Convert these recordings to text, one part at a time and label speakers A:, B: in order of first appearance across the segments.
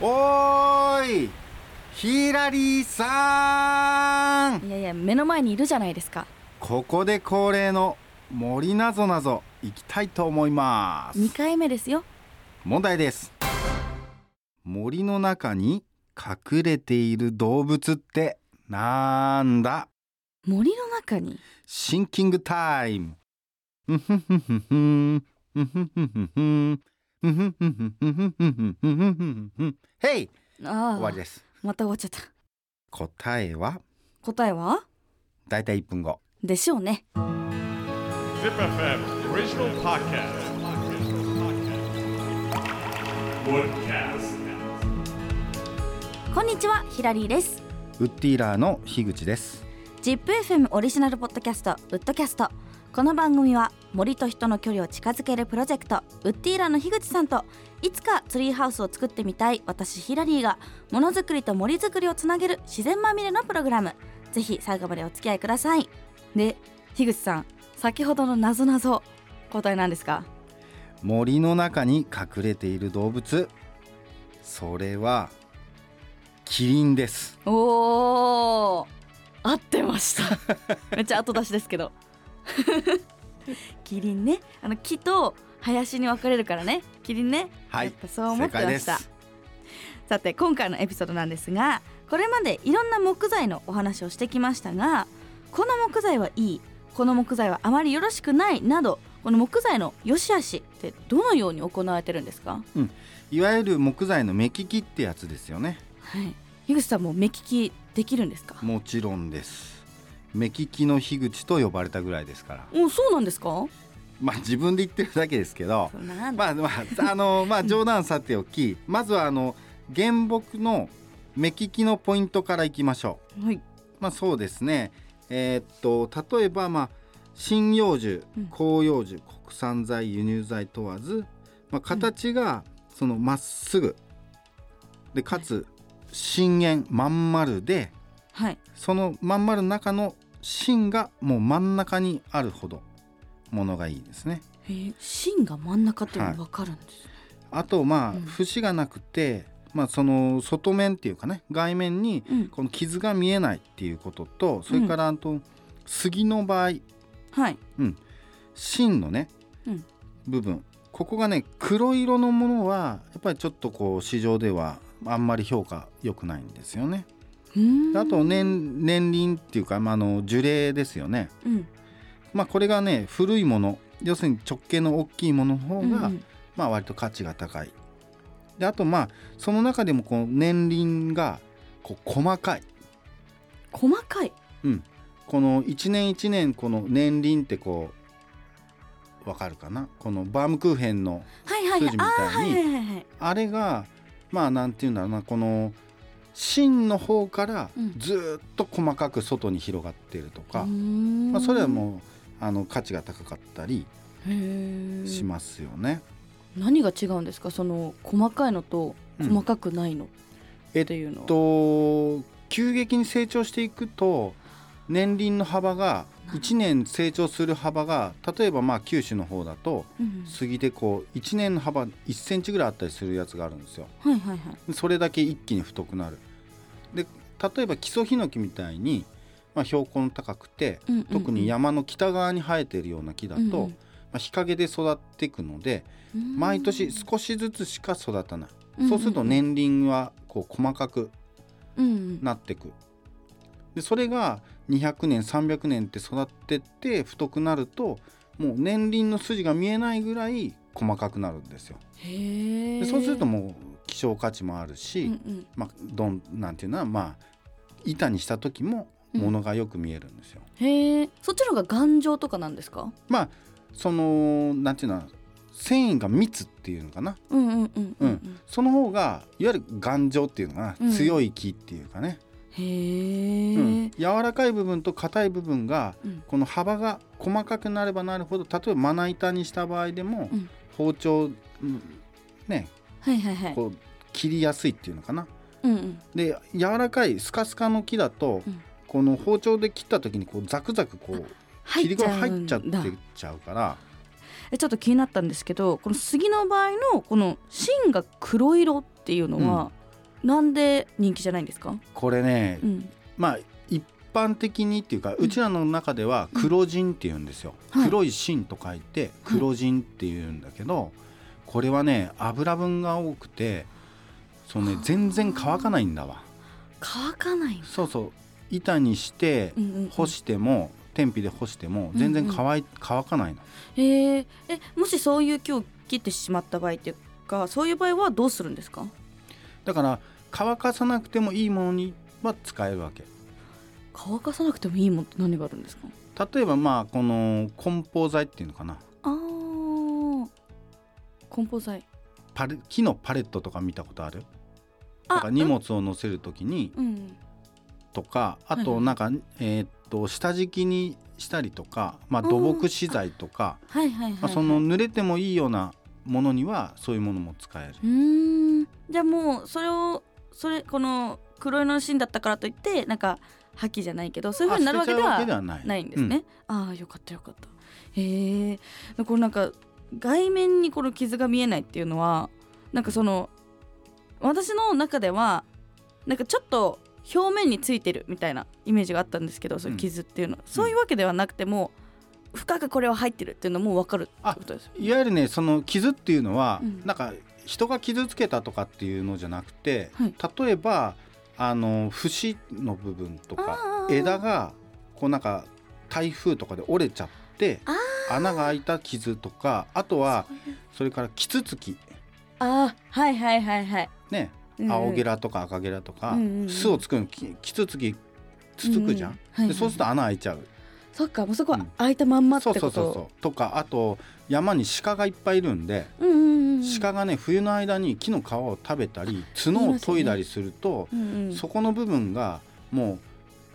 A: おーいヒラリーさーん
B: いやいや目の前にいるじゃないですか
A: ここで恒例の森なぞなぞ行きたいと思います
B: 2回目ですよ
A: 問題です森の中に隠れている動物ってなんだ
B: 森の中に
A: シンキングタイムうんふんふんふんふんうんふんふんふんふんうんふんふんふんふんふんふんふんふんふんふんヘイ
B: あ
A: 終わり
B: あ
A: です
B: また終わっちゃった
A: 答えは
B: 答えは
A: だいたい1分後
B: でしょうね
C: Zip FM original podcast. Woodcast.
B: こんにちはヒラリーです
A: ウッディーラーの樋口です。
B: ZIPFM オリジナルポッドキャストウッドキャストこの番組は森と人の距離を近づけるプロジェクトウッディーラの樋口さんといつかツリーハウスを作ってみたい私ヒラリーがものづくりと森づくりをつなげる自然まみれのプログラムぜひ最後までお付き合いくださいで樋口さん先ほどのなぞなぞ答えなんですか
A: 森の中に隠れている動物、それはキリンです。
B: おー合ってました めっちゃ後出しですけどキリンねあの木と林に分かれるからねキリンね
A: はい
B: やっぱそう思って
A: 正
B: ました
A: 解です
B: さて今回のエピソードなんですがこれまでいろんな木材のお話をしてきましたがこの木材はいいこの木材はあまりよろしくないなどこの木材の良し悪しってどのように行われてるんですか
A: いわゆる木材の目利きってやつですよね。
B: はい樋口さんも目利きできるんですか
A: もちろんです。目利きの樋口と呼ばれたぐらいですから。
B: おそうなんですか
A: まあ自分で言ってるだけですけど、
B: そうなんだ
A: まあまああのまあ冗談さておき、まずはあの原木の目利きのポイントからいきましょう。
B: はい
A: まあそうですね。えーっと例えばまあ針葉樹
B: うん、
A: 広葉樹、国産材、輸入材問わず、まあ形がそのまっすぐでかつ深円まん丸で、
B: はい
A: そのまん丸の中の芯がもう真ん中にあるほどものがいいですね。
B: えー芯が真ん中っていうのがわかるんです、
A: あとまあ
B: うん
A: 節がなくて、まあその外面っていうかね外面に
B: うん
A: この傷が見えないっていうこととそれからあと杉の場合
B: はい
A: 芯のね、
B: うん
A: 部分ここがね黒色のものはやっぱりちょっとこう市場ではあんまり評価良くないんですよね。
B: うーん
A: あと年年輪っていうか、まあ、あの樹齢ですよね。
B: うん
A: まあ、これがね古いもの要するに直径の大きいものの方
B: う
A: が、
B: んうん
A: まあ、割と価値が高い。であとまあその中でもこう年輪がこう細かい
B: 細かい
A: この一年一年この年輪ってこうわかるかなこのバームクーヘンの
B: はいはいは
A: 数
B: い
A: 字み
B: あー
A: た
B: はいい
A: に
B: はいはいはい
A: あれがまあなんていうんだろうなこの芯の方から
B: うん
A: ずーっと細かく外に広がってるとか、ま
B: ま
A: あ、それはもうあの価値が高かったり
B: うへー
A: しますよね。
B: 何が違うんですかその細かいのと
A: うん
B: 細かくないの、
A: えっ
B: っていうのは
A: と急激に成長していくと年輪の幅が1年成長する幅が例えばまあ九州の方だと
B: うん
A: 杉でこう1年の幅1センチぐらいあったりするやつがあるんですよ。
B: はいはいはい
A: それだけ一気に太くなる。で例えば基礎ヒノキみたいに、まあ、標高の高くて
B: うんうんうん
A: 特に山の北側に生えてるような木だと、
B: うんう
A: ま
B: ん
A: あ、日陰で育っていくので
B: うん
A: 毎年少しずつしか育たない、
B: んんん
A: そうすると年輪はこう細かく
B: うんうん
A: なってくでそれが200年300年って育ってって太くなるともう年輪の筋が見えないぐらい細かくなるんですよ。
B: へ
A: で
B: え
A: そうするともう希少価値もあるし、
B: うんうん
A: まあ、どんなんていうのはまあ板にした時も
B: うん
A: ものがよく見えるんですよ。
B: へえそっちの方が頑丈とかなんですか
A: まあそのなんていうのは繊維が密っていうのかな
B: うんうんうんうん、うん、
A: その方がいわゆる頑丈っていうのが
B: うん
A: 強い木っていうかね、
B: へえ、
A: うん柔らかい部分と硬い部分が
B: うん
A: この幅が細かくなればなるほど例えばまな板にした場合でも、
B: うん
A: 包丁うんね
B: はいはいはい。
A: こう切りやすいっていうのかな。
B: うんうん。
A: で柔らかいスカスカの木だと、
B: うん
A: この包丁で切った時にこうザクザクこう切
B: 入
A: り
B: っち
A: 込み
B: ゃう
A: 入っ
B: ん
A: ちゃ
B: だ
A: ってっちゃうから
B: えちょっと気になったんですけど、この杉の場合のこの芯が黒色っていうのは、なんで人気じゃないんですか、
A: これね、
B: うん、
A: まあ一般的にっていうか、うちらの中では黒人っていうんですよ、
B: はい
A: 黒い芯と書いて黒人っていうんだけど、これはね油分が多くてそうね全然乾かないんだわ
B: 乾かないんだ
A: そうそう板にして
B: うんうんうん
A: 干しても天日で干しても全然乾い、乾かないの
B: えー、えもしそういう木を切ってしまった場合っていうかそういう場合はどうするんですか
A: だから乾かさなくてもいいものには使えるわけ
B: 乾かさなくてもいいもんって何があるんですか
A: 例えばまあこの梱包材っていうのかな
B: あー梱包材
A: パレ木のパレットとか見たことある
B: あ
A: なんか荷物を載せるときに
B: うん
A: とかあ
B: はいは
A: と
B: い
A: なんか、えーっと下敷きにしたりとか、まあ、
B: うん
A: 土木資材とか、
B: はいはいはい、
A: まあ、その濡れてもいいようなものにはそういうものも使える
B: うーんじゃあもうそれをそれこの黒色の芯だったからといってなんか覇気じゃないけどそういう風になるわけで
A: あ捨てちゃうわけで
B: は
A: はない
B: ないんです
A: う
B: ね、ああよかったよかったへえこのなんか外面にこの傷が見えないっていうのはなんかその私の中ではなんかちょっと表面についてるみたいなイメージがあったんですけどそういう傷っていうのは、そういうわけではなくてもう深くこれは入ってるっていうのも分かるってことですよ
A: いわゆるねその傷っていうのは、
B: うん
A: なんか人が傷つけたとかっていうのじゃなくて、
B: はい
A: 例えばあの節の部分とか
B: あー
A: 枝がこうなんか台風とかで折れちゃって
B: あ
A: 穴が開いた傷とかあとはそれからキツツキ
B: あーはいはいはいはい
A: ね
B: うんうん
A: 青ゲラとか赤ゲラとか、
B: うんうんうん
A: 巣をつくのきキツツキつつくじゃん、
B: うんはいはい
A: でそうすると穴開いちゃう、
B: そっかもうそこ
A: う
B: は
A: ん
B: 開いたまんまって
A: そ
B: こ
A: う
B: と
A: そうそうそうとかあと山に鹿がいっぱいいるんで、
B: うんうんうん
A: 鹿がね冬の間に木の皮を食べたり角を研いだりすると、
B: うんうん
A: そこの部分がも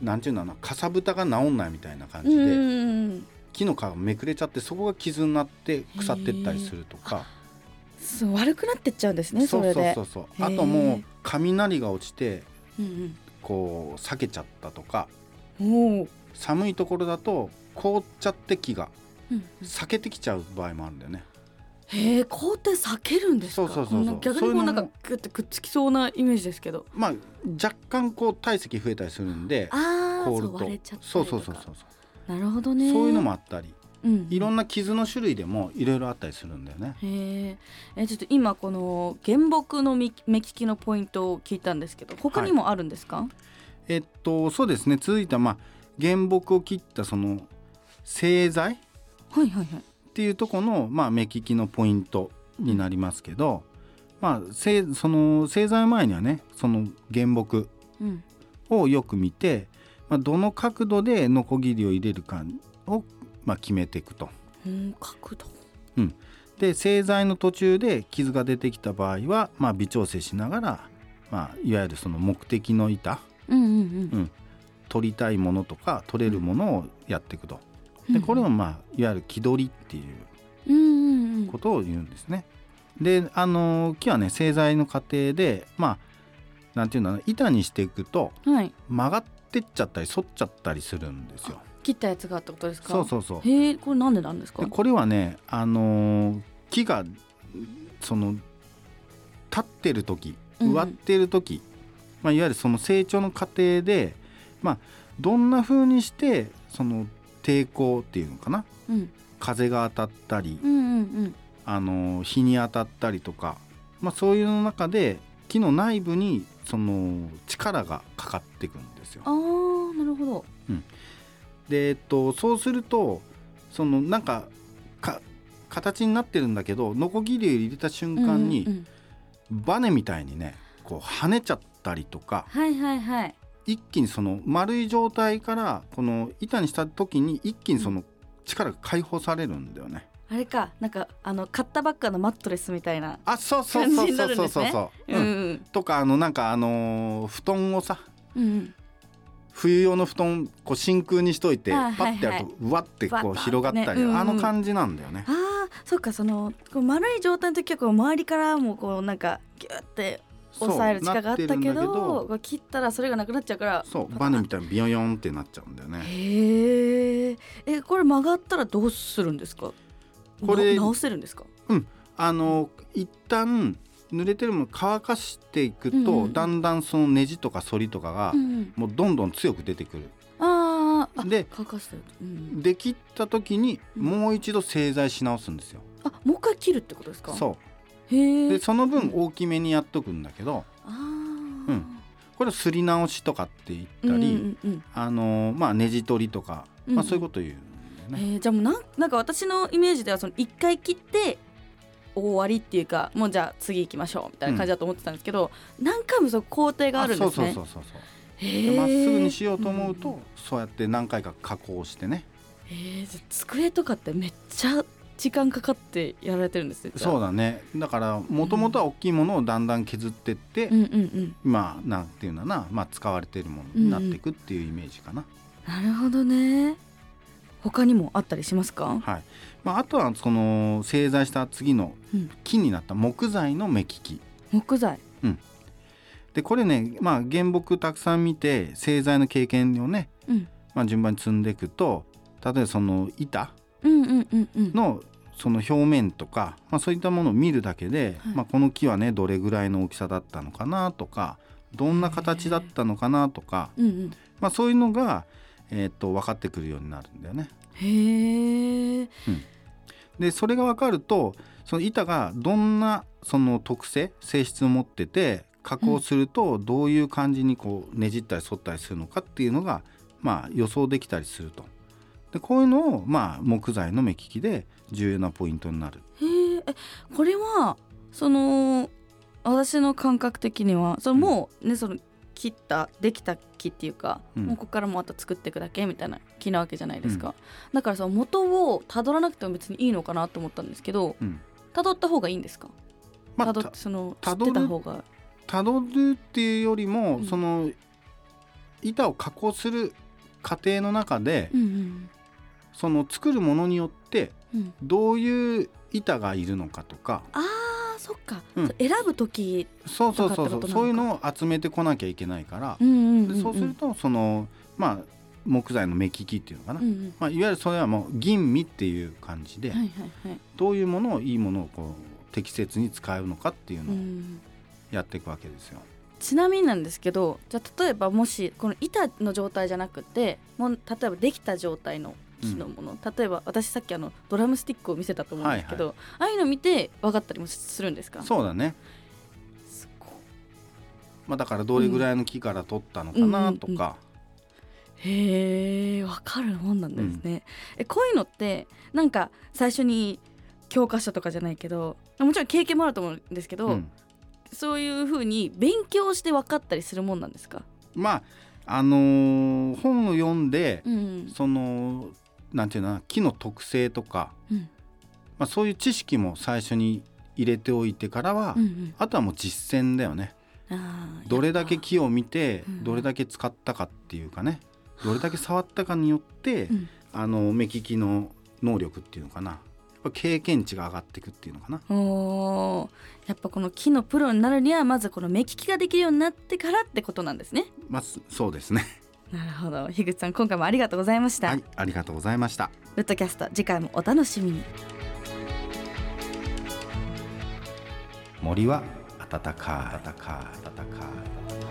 A: うなんていうのかなかさぶたが治んないみたいな感じ
B: うん
A: で、
B: うんうんうん
A: 木の皮がめくれちゃってそこが傷になって腐ってったりするとか、
B: そう悪くなってっちゃうんですねそ
A: そう
B: れ
A: そう
B: で
A: そうそう
B: へ
A: あ
B: ー
A: ともう雷が落ちて
B: うん
A: こう裂けちゃったとか
B: うんおお
A: 寒いところだと凍っちゃって木が
B: うん
A: 裂けてきちゃう場合もあるんだよね。
B: へえ工程避けるんですか
A: そうそうそうそう
B: こんな逆
A: そう
B: に
A: いう
B: もう
A: の
B: な
A: も
B: んかグッてくっつきそうなイメージですけど
A: まあ若干こう体積増えたりするんで
B: ああ
A: 凍る
B: そう
A: と
B: 割れちゃったり
A: そう
B: とか
A: そうそうそうそう
B: なるほどね
A: そういうのもあったり
B: うん
A: いろ
B: な
A: んな傷の種類でもいろいろあったりするんだよね。
B: へええちょっと今この原木のみ目利きのポイントを聞いたんですけど他にもあるんですか、
A: えっとそうですね続いてはまあ原木を切ったその製材
B: はい、はいはい
A: っていうとこの、まあ、目利きのポイントになりますけど、まあ、せいその製材前にはねその原木
B: うん
A: をよく見て、まあ、どの角度でノコギリを入れるかを、まあ、決めていくと。
B: うん角度
A: で製材の途中で傷が出てきた場合は、まあ、微調整しながら、まあ、いわゆるその目的の板
B: うんうん
A: 取りたいものとか取れるものをやっていくと。
B: うん
A: でこれを、まあ、いわゆる木取りっていう
B: うんうんうん
A: ことを言うんですね。であの木はね製材の過程でまあなんていうのかな板にしていくと
B: うんはい
A: 曲がってっちゃったり反っちゃったりするんですよ。
B: 切ったやつがってことですか
A: そうそうそう。
B: へえこれなんでなんですか
A: でこれはねあのー木がその立ってる時
B: うんうん
A: 植わってる時、まあ、いわゆるその成長の過程で、まあ、どんな風にしてその抵抗っていうのかな
B: うん
A: 風が当たったり
B: うんうん
A: あの日に当たったりとか、まあ、そういうの中で木の内部にその力がかかってくんですよ。
B: うんああなるほど
A: で、えっと、そうするとそのなんかか形になってるんだけどノコギリを入れた瞬間
B: うんう
A: に
B: んうん
A: バネみたいにねこう跳ねちゃったりとか
B: はいはいはい
A: 一気にその丸い状態からこの板にした時に一気にその力が解放されるんだよね。
B: あれかなんかあの買ったばっかのマットレスみたいな
A: あそうそうそうそうそうそうそう、
B: う
A: うん、
B: ん
A: とかあのなんかあのー布団をさ
B: うん
A: 冬用の布団こう真空にしといて
B: あ
A: パ
B: ー
A: ッてやるとうわって
B: バ
A: こ
B: ッ
A: う
B: と
A: 広がったり
B: ねうんうん
A: あの感じなんだよね。
B: あーそっかそのこう丸い状態の時はこう周りからもこうなんかギュって
A: そう
B: 抑える力があったけど
A: なてるんだ
B: こう切ったらそれがなくなっちゃうから
A: そうバネみたいにビヨヨンってなっちゃうんだよね。
B: へーえこれ曲がったらどうするんですか
A: これ
B: な直せるんですか
A: あの一旦濡れてるもの乾かしていく
B: うんう
A: と、
B: んうん
A: だんだんそのネジとか反りとかが、
B: うん
A: もうどんどん強く出てくる。
B: うん、あーあ
A: で
B: 乾かしてる、うん、
A: で切った時に
B: うん
A: もう一度製剤し直すんですよ。
B: あもう一回切るってことですか
A: そう
B: へ
A: う
B: え
A: でその分大きめにやっとくんだけど
B: ああ
A: うんこれすり直しとかって言ったり、
B: うんうんうん
A: あのーまあ、ネジ取りとか、
B: うん
A: まあ、そういうこと言うんだよね。
B: えーじゃあもうなんなんか私のイメージではその一回切って終わりっていうかもうじゃあ次行きましょうみたいな感じだと思ってたんですけど、何回もその工程があるんですね
A: そうそうそうそうそう。
B: へ
A: で
B: ー
A: まっすぐにしようと思うと、
B: ん
A: そうやって何回か加工してね
B: えーじゃあ机とかってめっちゃ時間かかってやられてるんですねじゃあ
A: そうだねだからもともとは大きいものをだんだん削ってって、
B: うんうんうん
A: 今なんていうのかな、まあ、使われてるものになっていくっていうイメージかな。
B: なるほどね他にもあったりしますか
A: はいまあ、あとはその製材した次の
B: うん
A: 木になった木材の目利き。
B: 木材
A: でこれね、まあ、原木たくさん見て製材の経験をね、
B: うん
A: まあ、順番に積んでいくと例えばその板
B: うんうんうんうん
A: のその表面とか、まあ、そういったものを見るだけで、
B: はい
A: まあ、この木はねどれぐらいの大きさだったのかなとかどんな形だったのかなとか、
B: うんうん
A: まあ、そういうのが、えーっと分かってくるようになるんだよね。
B: へえ
A: でそれが分かるとその板がどんなその特性性質を持ってて加工するとどういう感じにこうねじったり反ったりするのかっていうのが、まあ、予想できたりすると。でこういうのを、まあ、木材の目利きで重要なポイントになる。
B: へーえこれはその私の感覚的にはそのもうね、その切ったできた木っていうか、
A: うん
B: もうここからもうあと作っていくだけみたいな木なわけじゃないですか、だからその元をたどらなくても別にいいのかなと思ったんですけど
A: うん
B: たどった方がいいんですか、
A: まあ
B: たどその知
A: た
B: ってた方が
A: たどるっていうよりも、
B: うん
A: その板を加工する過程の中で、
B: うんうん
A: その作るものによって
B: うん
A: どういう板がいるのかとか
B: あーそっか、
A: うん
B: そう選ぶ時、
A: そうそうそうそ
B: とかってことなの
A: う
B: か
A: そういうのを集めてこなきゃいけないから、
B: うんうんうんうん、
A: でそうするとそのまあ木材の目利きっていうのかな、
B: うんうん
A: まあ、いわゆるそれはもう吟味っていう感じで、
B: はいはいはい、
A: どういうものをいいものをこう適切に使うのかっていう
B: う
A: のを
B: ん
A: やっていくわけですよ。
B: ちなみになんですけどじゃあ例えばもしこの板の状態じゃなくてもう例えばできた状態の木のもの、例えば私さっきあのドラムスティックを見せたと思うんですけど、ああいうの見て分かったりもするんですか
A: そうだね、
B: すごい
A: まあ、だからどれぐらいの木から取ったのかなとか、
B: うんうんうんへえ分かるもんなんですね、えこういうのってなんか最初に教科書とかじゃないけどもちろん経験もあると思うんですけど、
A: うん
B: そういうふうに勉強して分かったりするもんなんですか、
A: まああのー本を読んで、
B: うん
A: そのなんていうのかな木の特性とか、
B: うん
A: まあ、そういう知識も最初に入れておいてからは、
B: うん
A: あとはもう実践だよね
B: うん、あー
A: どれだけ
B: やっぱ
A: 木を見て
B: うん
A: どれだけ使ったかっていうかねどれだけ触ったかによって、
B: うん
A: あの目利きの能力っていうのかなやっぱ経験値が上がっていくっていうのかな。
B: おーやっぱこの木のプロになるにはまずこの目利きができるようになってからってことなんですね
A: まあ、そうですね。
B: なるほど樋口さん今回もありがとうございました、
A: はい、ありがとうございました。
B: ウッドキャスト次回もお楽しみに
A: 森は暖かい暖かい暖かい